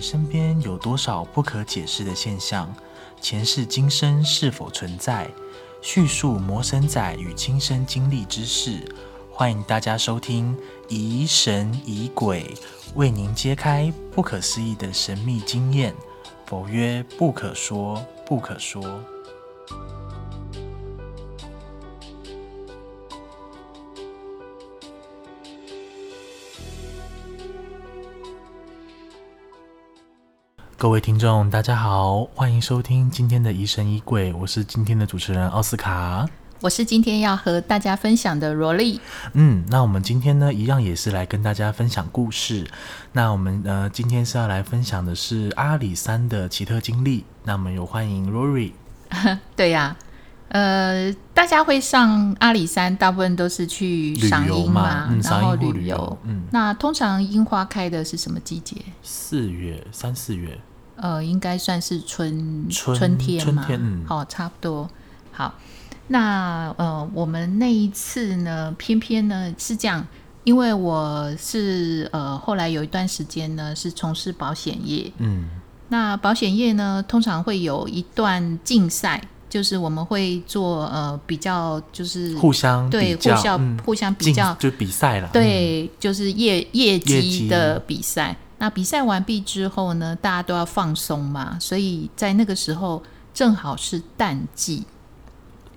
身边有多少不可解释的现象？前世今生是否存在？叙述魔神仔与亲身经历之事。欢迎大家收听《疑神疑鬼》，为您揭开不可思议的神秘经验。佛曰：不可说，不可说。各位听众，大家好，欢迎收听今天的《疑神疑鬼》，我是今天的主持人奥斯卡。我是今天要和大家分享的萝莉。嗯，那我们今天呢，一样也是来跟大家分享故事。那我们呃，今天是要来分享的是阿里山的奇特经历。那我们有欢迎 Rory。对呀、呃，大家会上阿里山，大部分都是去旅赏游樱嘛嗯然后赏樱或旅旅游嗯那通常樱花开的是什么季节？四月三四月，呃，应该算是春春天春嘛，天嗯好、差不多。好，那呃，我们那一次呢，偏偏呢是这样，因为我是呃后来有一段时间呢是从事保险业，嗯那保险业呢，通常会有一段竞赛，就是我们会做呃比较，就是互相对比较互相嗯互相比竞较就比赛了。嗯，对，就是业业绩绩的比赛。那比赛完毕之后呢，大家都要放松嘛，所以在那个时候正好是淡季。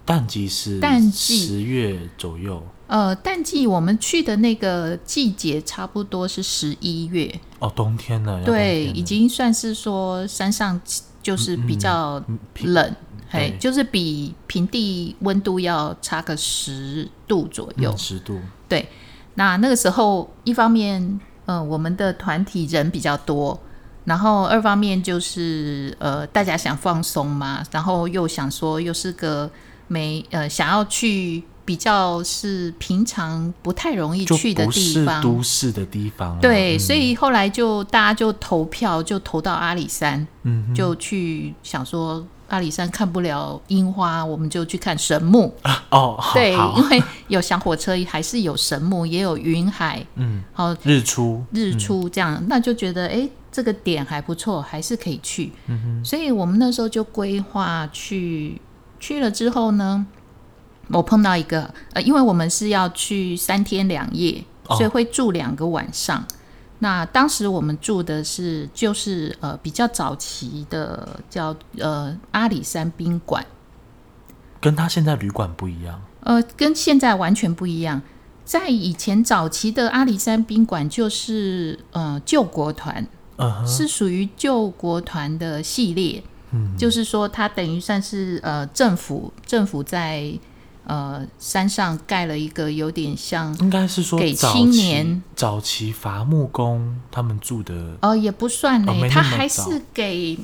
淡季是淡季十月左右呃，淡季我们去的那个季节差不多是十一月，哦，冬天了，要对，冬天了已经算是说山上就是比较嗯平冷，嘿，嗯对就是比平地温度要差个十度左右。嗯十度，对，那那个时候一方面，呃，我们的团体人比较多，然后二方面就是呃，大家想放松嘛，然后又想说又是个没呃想要去。比较是平常不太容易就去的不地是方，都市的地方了。对，嗯所以后来就大家就投票，就投到阿里山，嗯哼就去想说阿里山看不了樱花，我们就去看神木。 哦，好对，好因为有小火车，还是有神木，也有云海，嗯，好、日出日出这样，那就觉得哎、诶这个点还不错，还是可以去。嗯、所以我们那时候就规划去，去了之后呢，我碰到一个呃，因为我们是要去三天两夜，哦所以会住两个晚上。那当时我们住的是就是呃比较早期的叫呃阿里山宾馆，跟他现在旅馆不一样。呃，跟现在完全不一样。在以前早期的阿里山宾馆就是呃救国团，嗯哼，是属于救国团的系列，嗯就是说它等于算是呃政府政府在呃山上盖了一个有点像应该是说给早青期年早期伐木工他们住的哦、也不算呢、哦没那么它还早是给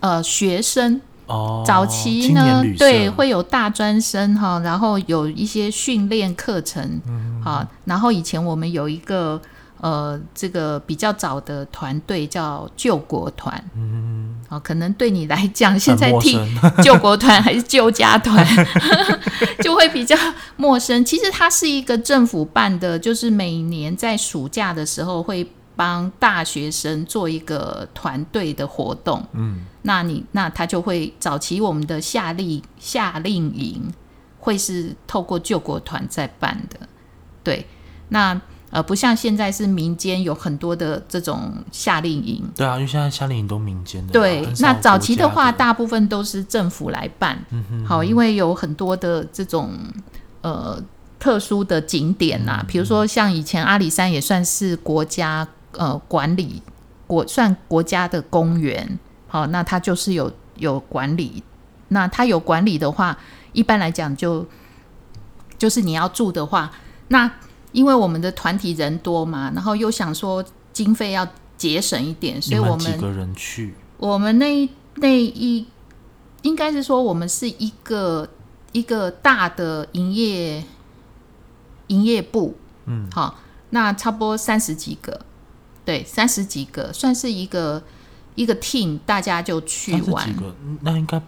呃学生哦，早期青呢年旅，社对，会有大专生哈，然后有一些训练课程，嗯好、然后以前我们有一个呃，这个比较早的团队叫救国团，嗯，哦，可能对你来讲，现在陌 听生救国团还是救 家团，就会比较陌生。其实它是一个政府办的，就是每年在暑假的时候会帮大学生做一个团队的活动。嗯，那你那他就会早期我们的夏令夏令营会是透过救国团在办的，对，那呃不像现在是民间有很多的这种夏令营，对啊，因为现在夏令营都民间的嘛，对很，少那国早期家的话大部分都是政府来办，嗯哼好，因为有很多的这种呃特殊的景点嗯呐、比如说像以前阿里山也算是国家呃管理国算国家的公园，好，那它就是有有管理，那它有管理的话，一般来讲就就是你要住的话，那因为我们的团体人多嘛，然后又想说经费要节省一点，你所以我们们几个人去我们那一那一应该是说，我们是一个一个大的营业营业部，嗯，好，那差不多三十几个，对，三十几个算是一个一个 team，大家就去但是玩几。个，嗯那应该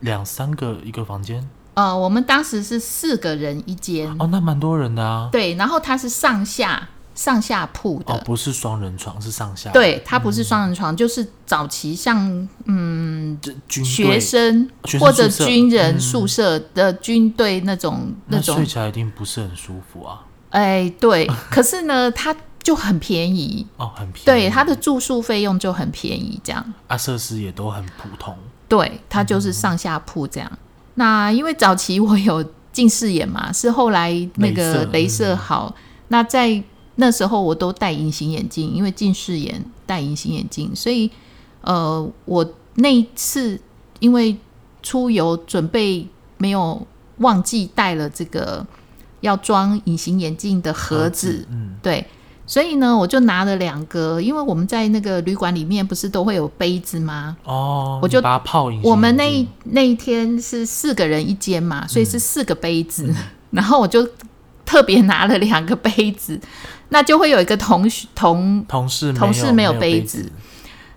两三个一个房间呃，我们当时是四个人一间，哦哦，那蛮多人的啊，对，然后它是上下上下铺的。哦，不是双人床，是上下。，对，它不是双人床，就是早期像嗯军学队生学生或者宿舍嗯军人宿舍的军队那种那种睡起来一定不是很舒服啊。哎，对，可是呢，它就很便宜，哦，很便宜。对，它的住宿费用就很便宜，这样，啊，设施也都很普通。对，它就是上下铺这样。那因为早期我有近视眼嘛， 是后来那个镭镭射射好，那在那时候我都戴隐形眼镜，因为近视眼戴隐形眼镜，所以呃，我那一次因为出游准备没有忘记带了这个要装隐形眼镜的盒子，，嗯，对，所以呢，我就拿了两个，因为我们在那个旅馆里面不是都会有杯子吗？哦，我就你嗯把它泡饮。我们那一那一天是四个人一间嘛，所以是四个杯子， 然后我就特别拿了两个杯子， 那就会有一个同学同。同事同事没有杯杯子，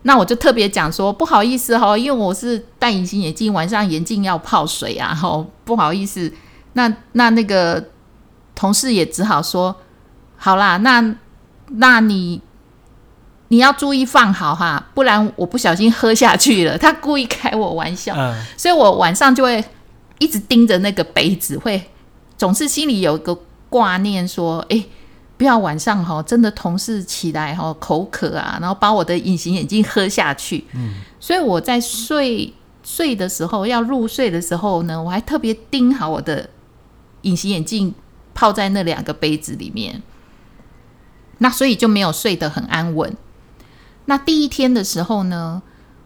那我就特别讲说不好意思哈、因为我是戴隐形眼镜，晚上眼镜要泡水啊，哈、不好意思。那那那个同事也只好说，好啦，那那你你要注意放好哈，不然我不小心喝下去了。他故意开我玩笑，嗯，所以我晚上就会一直盯着那个杯子，会总是心里有一个挂念，说，诶，不要晚上哈、真的同事起来哈、口渴啊，然后把我的隐形眼镜喝下去。嗯，所以我在睡睡的时候，要入睡的时候呢，我还特别盯好我的隐形眼镜泡在那两个杯子里面，那所以就没有睡得很安稳。那第一天的时候呢，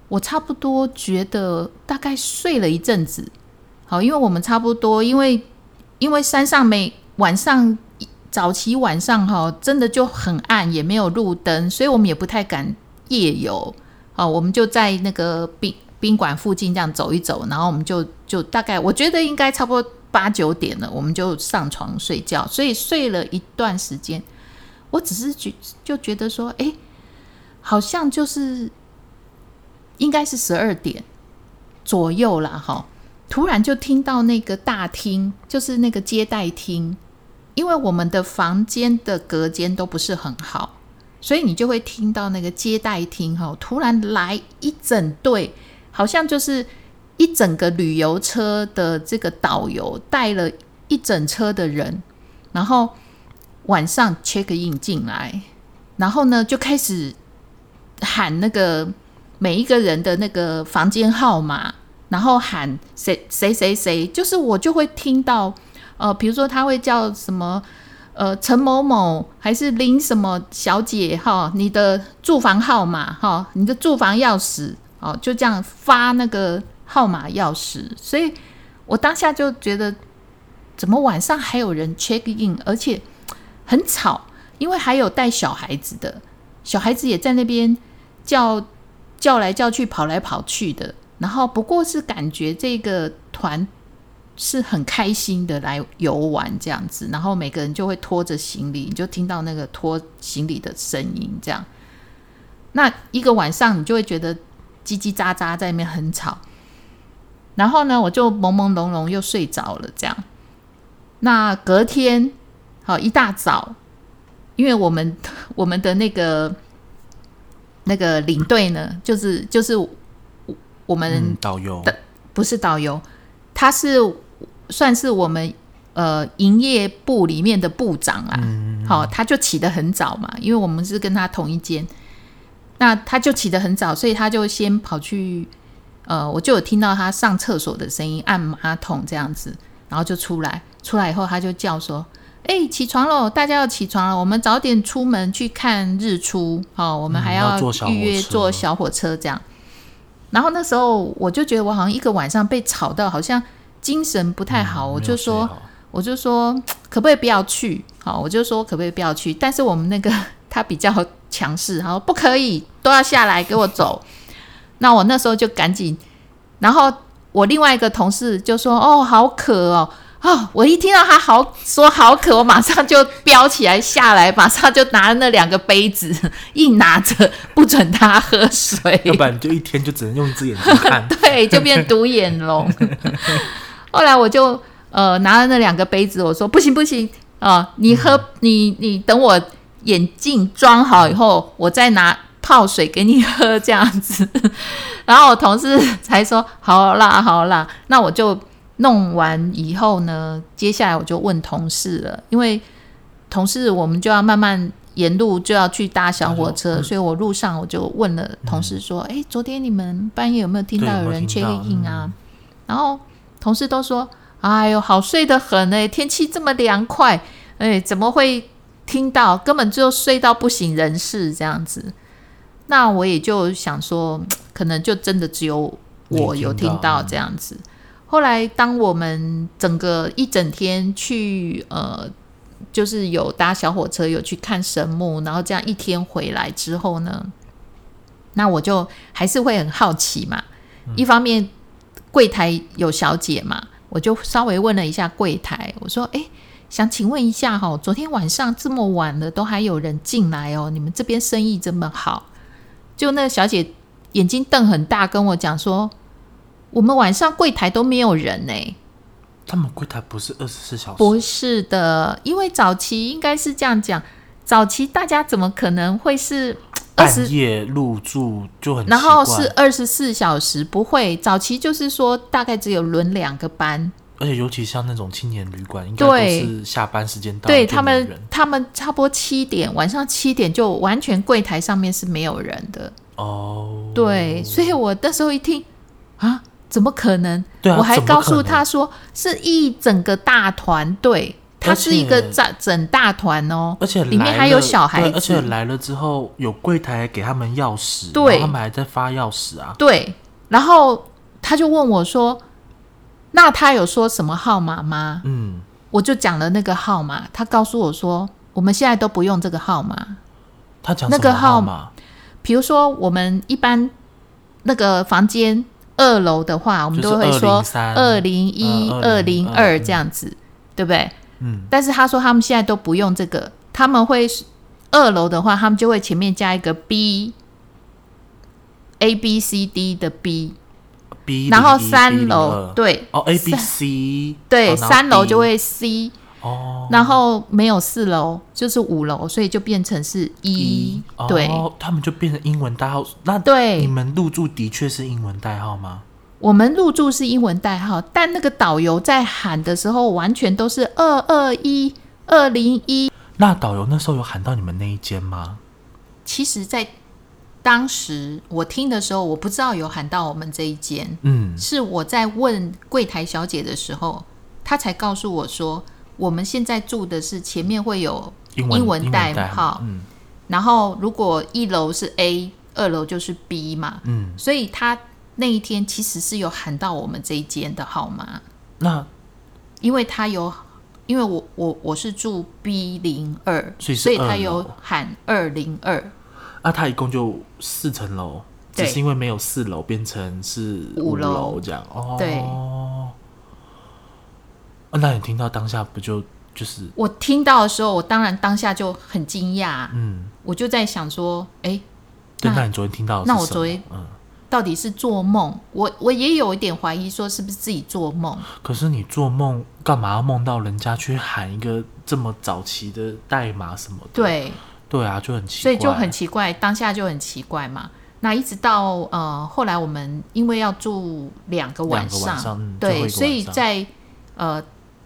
我差不多觉得大概睡了一阵子，好，因为我们差不多，因为因为山上每晚上早期晚上哈、真的就很暗，也没有路灯，所以我们也不太敢夜游，好，我们就在那个宾宾馆附近这样走一走，然后我们就就大概我觉得应该差不多八九点了，我们就上床睡觉，所以睡了一段时间，我只是觉就觉得说，哎，好像就是应该是十二点左右啦，哈。突然就听到那个大厅，就是那个接待厅，因为我们的房间的隔间都不是很好，所以你就会听到那个接待厅哈，突然来一整队，好像就是一整个旅游车的这个导游带了一整车的人，然后晚上 check in 进来，然后呢就开始喊那个每一个人的那个房间号码，然后喊谁谁谁谁，就是我就会听到，呃，比如说他会叫什么，呃，陈某某还是林什么小姐哈，你的住房号码哈，你的住房钥匙哦，就这样发那个号码钥匙，所以我当下就觉得，怎么晚上还有人 check in，而且很吵，因为还有带小孩子的，小孩子也在那边叫叫来叫去、跑来跑去的。然后不过是感觉这个团是很开心的来游玩这样子，然后每个人就会拖着行李，你就听到那个拖行李的声音这样。那一个晚上你就会觉得叽叽喳喳在那边很吵，然后呢，我就朦朦胧胧又睡着了这样。那隔天好一大早，因为我们 我们的那个那个领队呢，就是就是我我们嗯，导游的不是导游，他是算是我们呃营业部里面的部长啦。嗯好、他就起得很早嘛，因为我们是跟他同一间，那他就起得很早，所以他就先跑去，呃，我就有听到他上厕所的声音，按马桶这样子，然后就出来，出来以后他就叫说。哎、起床喽！大家要起床了，我们早点出门去看日出。好、我嗯们还要坐小火预约车坐小火车这样。然后那时候我就觉得我好像一个晚上被吵到，好像精神不太好，嗯我没有就睡说，好我就说可不可以不要去？好，我就说可不可以不要去？但是我们那个他比较强势，然后不可以，都要下来给我走。 那我那时候就赶紧，然后我另外一个同事就说：“哦，好渴哦。”哦，我一听到他好说好渴，我马上就飙起来下来，马上就拿那两个杯子 硬拿着，不准他喝水。。要不然你就一天就只能用一只眼睛看 对，就变独眼 龙。后来我就呃嗯呃拿了那两个杯子，我说不行不行啊、你喝你你等我眼镜装好以后，我再拿泡水给你喝这样子。然后我同事才说好啦好啦，那我就弄完以后呢，接下来我就问同事了，因为同事我们就要慢慢沿路就要去搭小火车，嗯所以我路上我就问了同事说，哎、昨天你们半夜有没有听对到有没有有人听 check 到嗯 in 啊？然后同事都说：“哎呦，好睡得很哎、天气这么凉快，哎，怎么会听到？根本就睡到不省人事这样子。”那我也就想说，可能就真的只有我你有听听到到这样子。后来，当我们整个一整天去呃，就是有搭小火车，有去看神木，然后这样一天回来之后呢，那我就还是会很好奇嘛。嗯一方面，柜台有小姐嘛，我就稍微问了一下柜台，我说：“哎，想请问一下哈、昨天晚上这么晚了，都还有人进来哦，你们这边生意这么好？”就那个小姐眼睛瞪很大，跟我讲说：“我们晚上柜台都没有人呢、他们柜台不是二十四小时，不是的，因为早期应该是这样讲，早期大家怎么可能会是二十半夜入住就很奇怪。然后是二十四小时，不会。早期就是说，大概只有轮两个班，而且尤其像那种青年旅馆，应该都对是下班时间到，对就他没们人，他们差不多七点，晚上七点就完全柜台上面是没有人的。哦，对，所以我那时候一听啊，怎么可能？对啊我还怎么告可诉能他说，是一整个大团队，他而是一且个整整大团哦，而且里面来还有了小孩对而且子来了之后有柜台给他们钥匙，对然后他们还在发钥匙啊，对，然后他就问我说：“那他有说什么号码吗？”嗯，我就讲了那个号码，他告诉我说，我们现在都不用这个号码。他讲那什个么号码？比如说，我们一般那个房间二楼的话，我们就都是会说203二零一、二嗯零二202这样子，对不对？嗯，但是他说他们现在都不用这个，他们会二楼的话，他们就会前面加一个 B。A B C D 的 B， B 然后01三楼102对哦，A B 三 C 哦对，三楼就会会 C，哦然后没有四楼，就是五楼，所以就变成是一、哦对、他们就变成英文代号。那对你们入住的确是英文代号吗？我们入住是英文代号，但那个导游在喊的时候，完全都是二二一、二零一。那导游那时候有喊到你们那一间吗？其实，在当时我听的时候，我不知道有喊到我们这一间，嗯，是我在问柜台小姐的时候，她才告诉我说，我们现在住的是前面会有英文英文文代代号嗯然后如果一楼是 A，二楼就是 B 嘛，嗯。所以他那一天其实是有喊到我们这一间的号码，那因为他有，因为我我我是住 B 零二，所以是所以他2有喊二零二那啊它一共就四层楼，对只是因为没有四楼，变成是五楼楼这样。哦，对啊那你听到当下不就就是我听到的时候，我当然当下就很惊讶，嗯？我就在想说，哎，对，那那你昨天听到的是那我什么昨天嗯，到底是做梦？我我也有一点怀疑，说是不是自己做梦？可是你做梦干嘛要梦到人家去喊一个这么早期的代码什么的？对，对啊，就很奇怪，所以就很奇怪，当下就很奇怪嘛。那一直到呃后来我们因为要住两个晚上，两个晚上嗯最后一个对，晚上所以在呃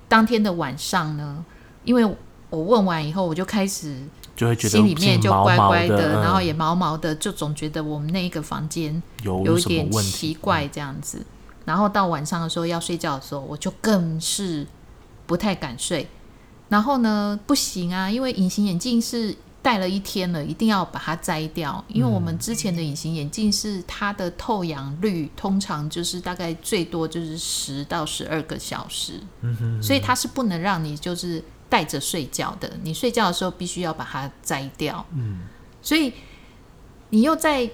当天的晚上呢，因为我问完以后，我就开始就会觉得心里面心就毛乖毛乖的，嗯然后也毛毛的，就总觉得我们那一个房间有有一什么点问题嗯奇怪这样子。然后到晚上的时候要睡觉的时候，我就更是不太敢睡。然后呢，不行啊，因为隐形眼镜是戴了一天了，一定要把它摘掉。因为我嗯们之前的隐形眼镜是它的透氧率通常就是大概最多就是十到十二个小时，嗯哼所以它是不能让你就是戴着睡觉的。你睡觉的时候必须要把它摘掉。嗯，所以你又在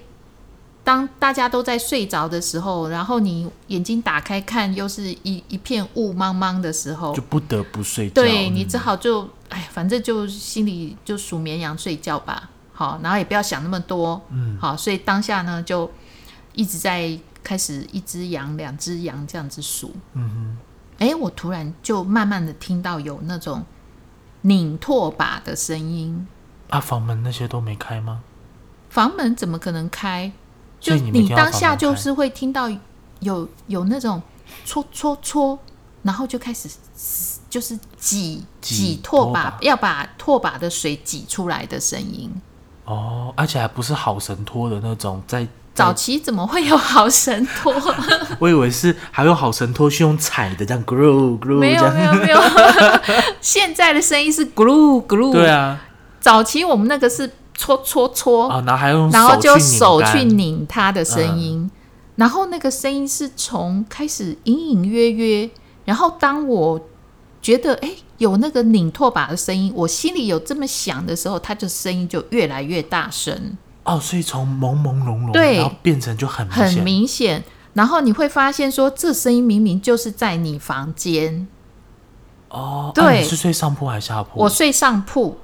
当大家都在睡着的时候，然后你眼睛打开看，又是一一片雾茫茫的时候就，不得不睡觉。对你嗯只好就哎，反正就心里就数绵羊睡觉吧。好，然后也不要想那么多。嗯，好，所以当下呢就一直在开始一只羊、两只羊这样子数。嗯哼，哎，我突然就慢慢的听到有那种拧拓把的声音，啊，房门那些都没开吗？房门怎么可能开？所就以你们一定要当下房门就开是会听到有有那种戳戳戳，然后就开始嘶就是挤挤挤拓拓把把要把拓把的水挤出来的声音。哦，而且还不是好神拖的那种，在早期怎么会有好神拖？ 我以为是还有好神拖是用踩的，这样 grow grow 没 这有没样。有没有， 现在的声音是 glue glue。对啊，早期我们那个是戳戳戳，啊，然后还用然后手去就拧嗯手干去拧它的声音，然后那个声音是从开始隐隐约约，然后当我觉得哎有那个拧拓把的声音，我心里有这么想的时候，它就声音就越来越大声，哦，所以从朦朦胧胧，对然后变成就很明很显明显。然后你会发现说，这声音明明就是在你房间，哦。啊对你是睡上铺还是下铺？我睡上铺，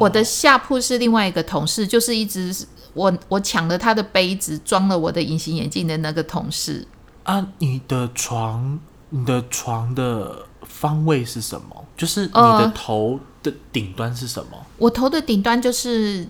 我的下铺是另外一个同事，就是一直我我抢了他的杯子，装了我的隐形眼镜的那个同事。啊，你的床，你的床的方位是什么？就是你呃的头的顶端是什么？我头的顶端就是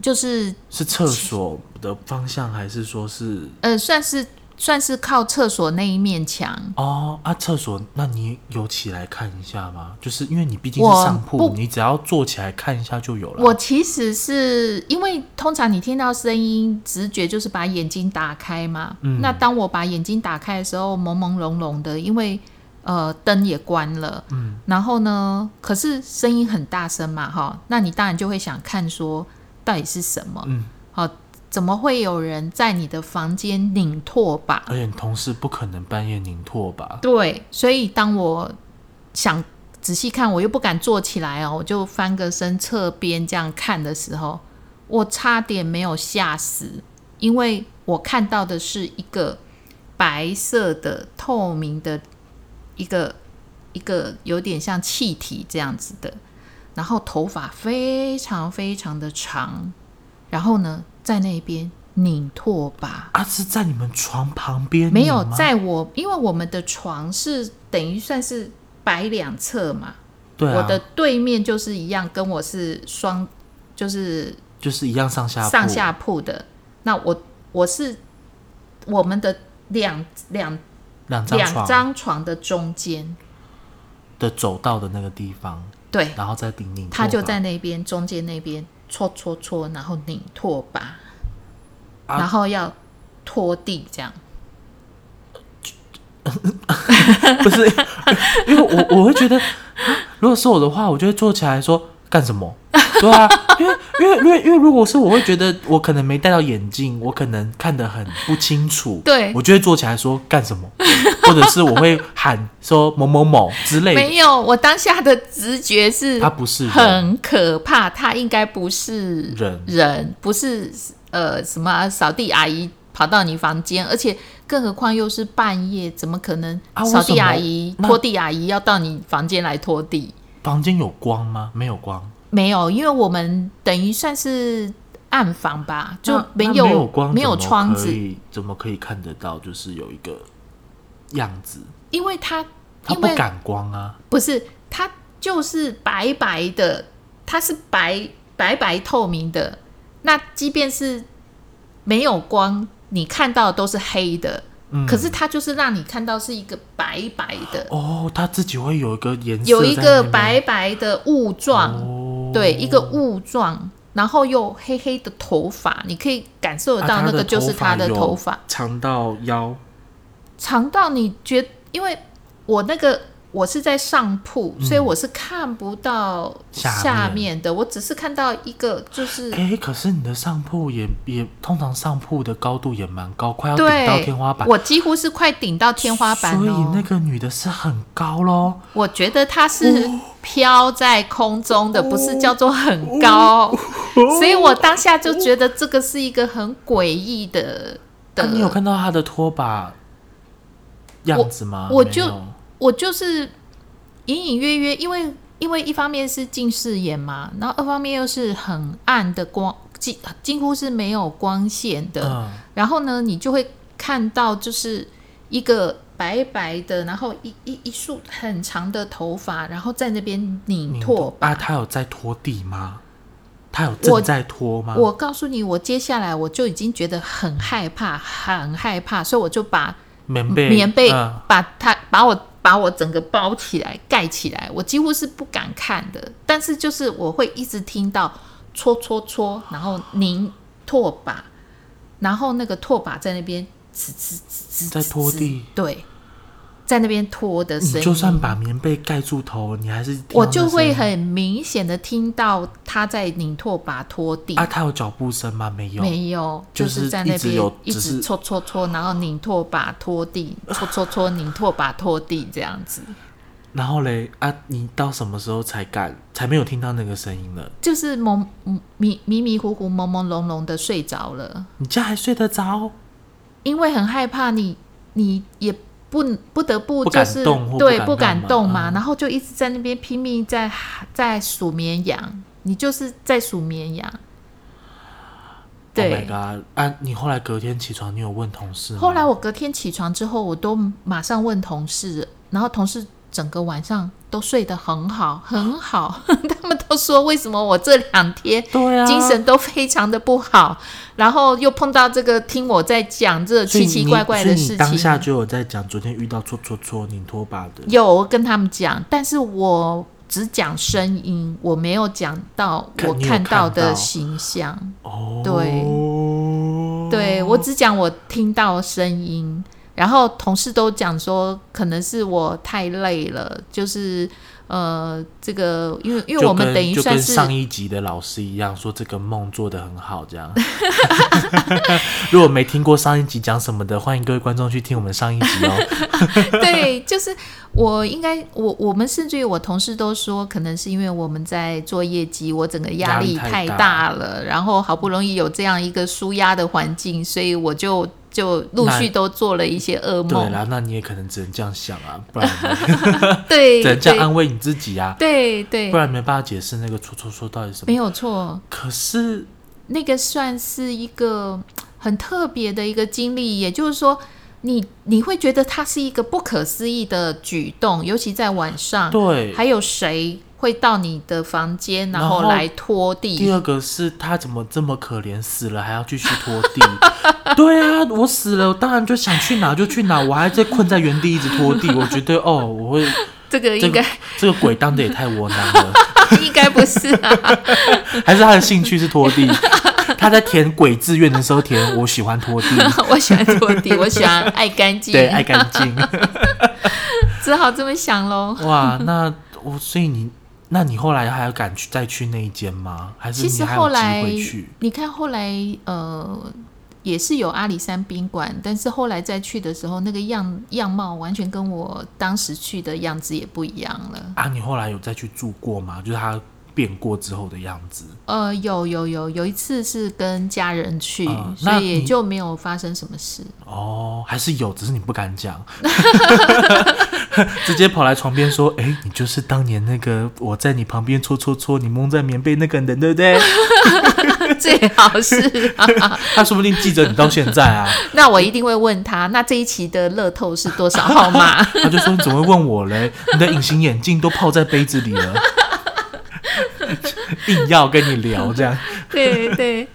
就是是厕所的方向，还是说是呃，算是算是靠厕所那一面墙。哦啊？厕所，那你有起来看一下吗？就是因为你毕竟我是上不铺，你只要坐起来看一下就有了。我其实是因为通常你听到声音，直觉就是把眼睛打开嘛。嗯那当我把眼睛打开的时候，朦朦胧胧的，因为呃灯也关了，嗯，然后呢，可是声音很大声嘛，哈，那你当然就会想看说到底是什么，嗯，好、怎么会有人在你的房间拧拓把？而且你同事不可能半夜拧拓吧？对，所以当我想仔细看，我又不敢坐起来哦，我就翻个身侧边这样看的时候，我差点没有吓死，因为我看到的是一个白色的透明的一个一个有点像气体这样子的，然后头发非常非常的长，然后呢在那边拧拓把。啊，是在你们床旁边拧吗？没有在我，因为我们的床是等于算是摆两侧嘛，对、啊、我的对面就是一样，跟我是双，就是就是一样上下铺上下铺的。那我我是我们的两两两张两床张床的中间，的走道的那个地方，对，然后再顶顶。他就在那边中间那边搓搓搓，然后拧拓把，啊然后要拖地这样。不是， 因为我我会觉得，啊如果是我的话，我就会坐起来说干什么？对啊，因为因为因为因为如果是我会觉得我可能没戴到眼镜，我可能看得很不清楚，对我就会坐起来说干什么，或者是我会喊说某某某之类的。没有，我当下的直觉是哎他不是人，很可怕，他应该不是人人不是呃什么啊扫地阿姨跑到你房间，而且更何况又是半夜，怎么可能啊为扫地什么阿姨、那拖地阿姨要到你房间来拖地？房间有光吗？没有光，没有，因为我们等于算是暗房吧，就那没那有没有光，没有窗怎么子可，以怎么可以看得到？就是有一个样子，因为他他因不为敢光啊。不是它就是白白的，它是白白白透明的。那即便是没有光，你看到的都是黑的，嗯可是它就是让你看到是一个白白的，哦，它自己会有一个颜色，有一个白白的雾状，哦，对，一个雾状，然后又黑黑的头发，你可以感受得啊到它那的个就是头发它的有头发。长到腰，长到你觉，因为我那个我是在上铺，所以我是看不到嗯下面下面的，我只是看到一个就是哎、可是你的上铺也也通常上铺的高度也蛮高，快要顶到对天花板，我几乎是快顶到天花板所以哦。那个女的是很高喽。我觉得它是哦飘在空中的，不是叫做很高，哦所以我当下就觉得这个是一个很诡异的那、的。啊你有看到她的拖把样子吗？我没就有我就是隐隐约约，因为因为一方面是近视眼嘛，然后二方面又是很暗的光，几几乎是没有光线的。嗯，然后呢，你就会看到就是一个白白的，然后一一一束很长的头发，然后在那边拧你拓啊，吧。她有在拖地吗？他有正在拖吗？我告诉你，我接下来我就已经觉得很害怕，很害怕，所以我就把棉被棉被嗯把它把我把我整个包起来盖起来，我几乎是不敢看的。但是就是我会一直听到戳戳戳，然后拧拓把，然后那个拓把在那边吱吱吱吱在拖地，吱吱对，在那边拖的声你音，就算把棉被盖住头，你还是听到我那就声会音很明显的听到他在拧拓把拖地。啊，他有脚步声吗？没有，没有，就就是在一那直有边一只是直搓搓搓，然后拧拓把拖地，搓搓搓拧拓把拖地这样子，然后嘞啊，你到什么时候才敢才没有听到那个声音了？就是蒙迷迷迷糊糊、朦朦胧胧的睡着了，你这样还睡得着？因为很害怕你，你也不不得不不就敢是动或对不不敢敢动嘛动嘛，嗯然后就一直在那边拼命在在数绵羊，你就是在数绵羊， Oh 对 my。god！啊，你后来隔天起床，你有问同事吗？后来我隔天起床之后，我都马上问同事，然后同事整个晚上都睡得很好，很好。 他们都说为什么我这两天对啊，精神都非常的不好，然后又碰到这个听我在讲这所以奇奇你怪怪所以的你事当下情。就有在讲昨天遇到搓搓搓拧拖把的，有我跟他们讲，但是我只讲声音，我没有讲到看我你有看到看的到形象。哦，对我只讲我听到声音，然后同事都讲说，可能是我太累了，就是呃，这个因为因为就我们跟等于就算跟是上一集的老师一样，说这个梦做得很好，这样。 如果没听过上一集讲什么的，欢迎各位观众去听我们上一集哦。 对，就是我应该我我们甚至于我同事都说，可能是因为我们在做业绩，我整个压压力力太太大大了，然后好不容易有这样一个舒压的环境，所以我就就陆那续都做了一些噩对梦，啦，那你也可能只能这样想啊，不然你对只能这样对安慰你 自己啊，对对不，然没办法解释那个搓搓搓到底是什没么。有错。可是那个算是一个很特别的一个经历，也就是说你，你会觉得它是一个不可思议的举动，尤其在晚上，对，还有谁会到你的房间，然然后后啊来拖第地？二个是他怎么这么可怜，死了还要继续拖地？ 对啊，我死了，我当然就想去哪就去哪，我还在困在原地一直拖地。我觉得哦，我会这个这应个该、这个鬼当的也太窝囊了， 应该不是啊，还是他的兴趣是拖地？他在填鬼志愿的时候填我喜欢拖 地，我喜欢拖地，我喜欢爱干净，对，爱干净。只好这么想 喽。哇，那我所以你，那你后来还要敢去再去那一间吗？还是其你实还有后机来会去？，你看后来，呃，也是有阿里山宾馆，但是后来再去的时候，那个样样貌完全跟我当时去的样子也不一样了。啊，你后来有再去住过吗？就是他变过之后的样子。呃，有有有，有一次是跟家人去，嗯所那以也你就没有发生什么事。 哦，还是有，只是你不敢讲， 直接跑来床边说：“哎、你就是当年那个我在你旁边搓搓搓，你蒙在棉被那个人，对不对 最好是、啊，？”他说不定记着你到现在啊，那我一定会问他，那这一期的乐透是多少号码？他就说：“你怎么会问我嘞？你的隐形眼镜都泡在杯子里了。” 硬要跟你聊这样，对对，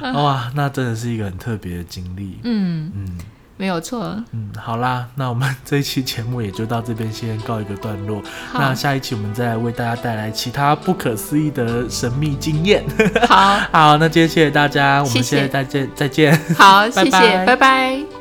哇，那真的是一个很特别的经历。嗯，嗯没有错。嗯，好啦，那我们这一期节目也就到这边先告一个段落。那好，下一期我们再来为大家带来其他不可思议的神秘经验。 好，好，那今天谢谢大家，我谢们谢现在再见，再见。好，拜谢谢，拜拜拜